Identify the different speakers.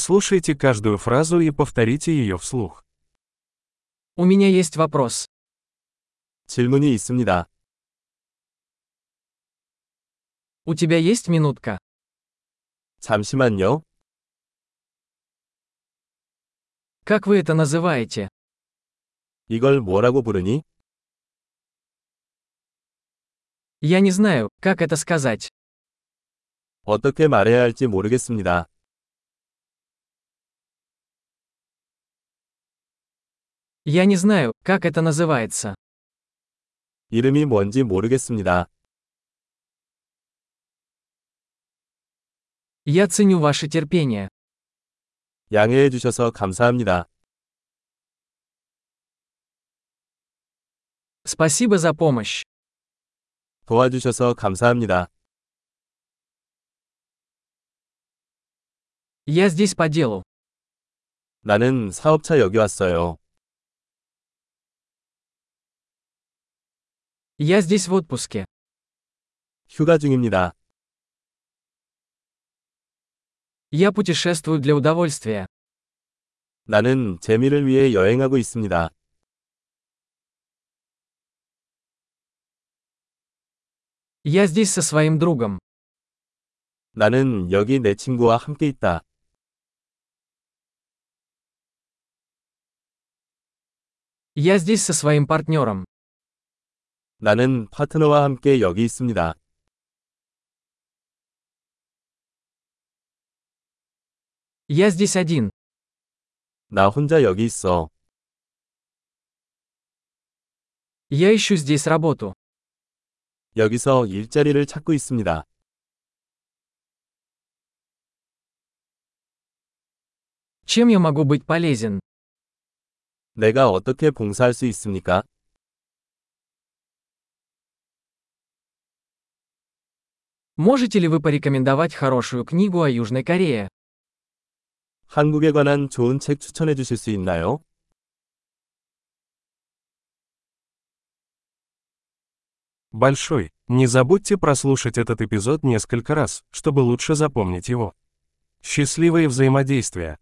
Speaker 1: Прослушайте каждую фразу и повторите ее вслух.
Speaker 2: У меня есть вопрос.
Speaker 1: 질문이 있습니다.
Speaker 2: У тебя есть минутка?
Speaker 1: 잠시만요.
Speaker 2: Как вы это называете?
Speaker 1: 이걸 뭐라고 부르니?
Speaker 2: Я не знаю, как это сказать.
Speaker 1: 어떻게 말해야 할지 모르겠습니다.
Speaker 2: Я не знаю, как это называется.
Speaker 1: 이름이 뭔지 모르겠습니다.
Speaker 2: Я ценю ваше терпение.
Speaker 1: 양해해 주셔서 감사합니다.
Speaker 2: Спасибо за помощь.
Speaker 1: 도와주셔서 감사합니다.
Speaker 2: Я здесь по делу.
Speaker 1: 나는 사업차 여기 왔어요.
Speaker 2: Я здесь в отпуске.
Speaker 1: 휴가 중입니다.
Speaker 2: Я путешествую для удовольствия.
Speaker 1: 나는 재미를 위해 여행하고 있습니다.
Speaker 2: Я здесь со своим другом.
Speaker 1: 나는 여기 내 친구와 함께 있다.
Speaker 2: Я здесь со своим партнером.
Speaker 1: 나는 파트너와 함께 여기 있습니다.
Speaker 2: Я здесь один.
Speaker 1: 나 혼자 여기 있어.
Speaker 2: Я ищу здесь работу.
Speaker 1: 여기서 일자리를 찾고 있습니다.
Speaker 2: Чем я могу быть полезен?
Speaker 1: 내가 어떻게 봉사할 수 있습니까?
Speaker 2: Можете ли вы порекомендовать хорошую книгу о Южной Корее?
Speaker 1: 한국에 관한 좋은 책 추천해 주실 수 있나요?
Speaker 3: Большой. Не забудьте прослушать этот эпизод несколько раз, чтобы лучше запомнить его. Счастливые взаимодействия!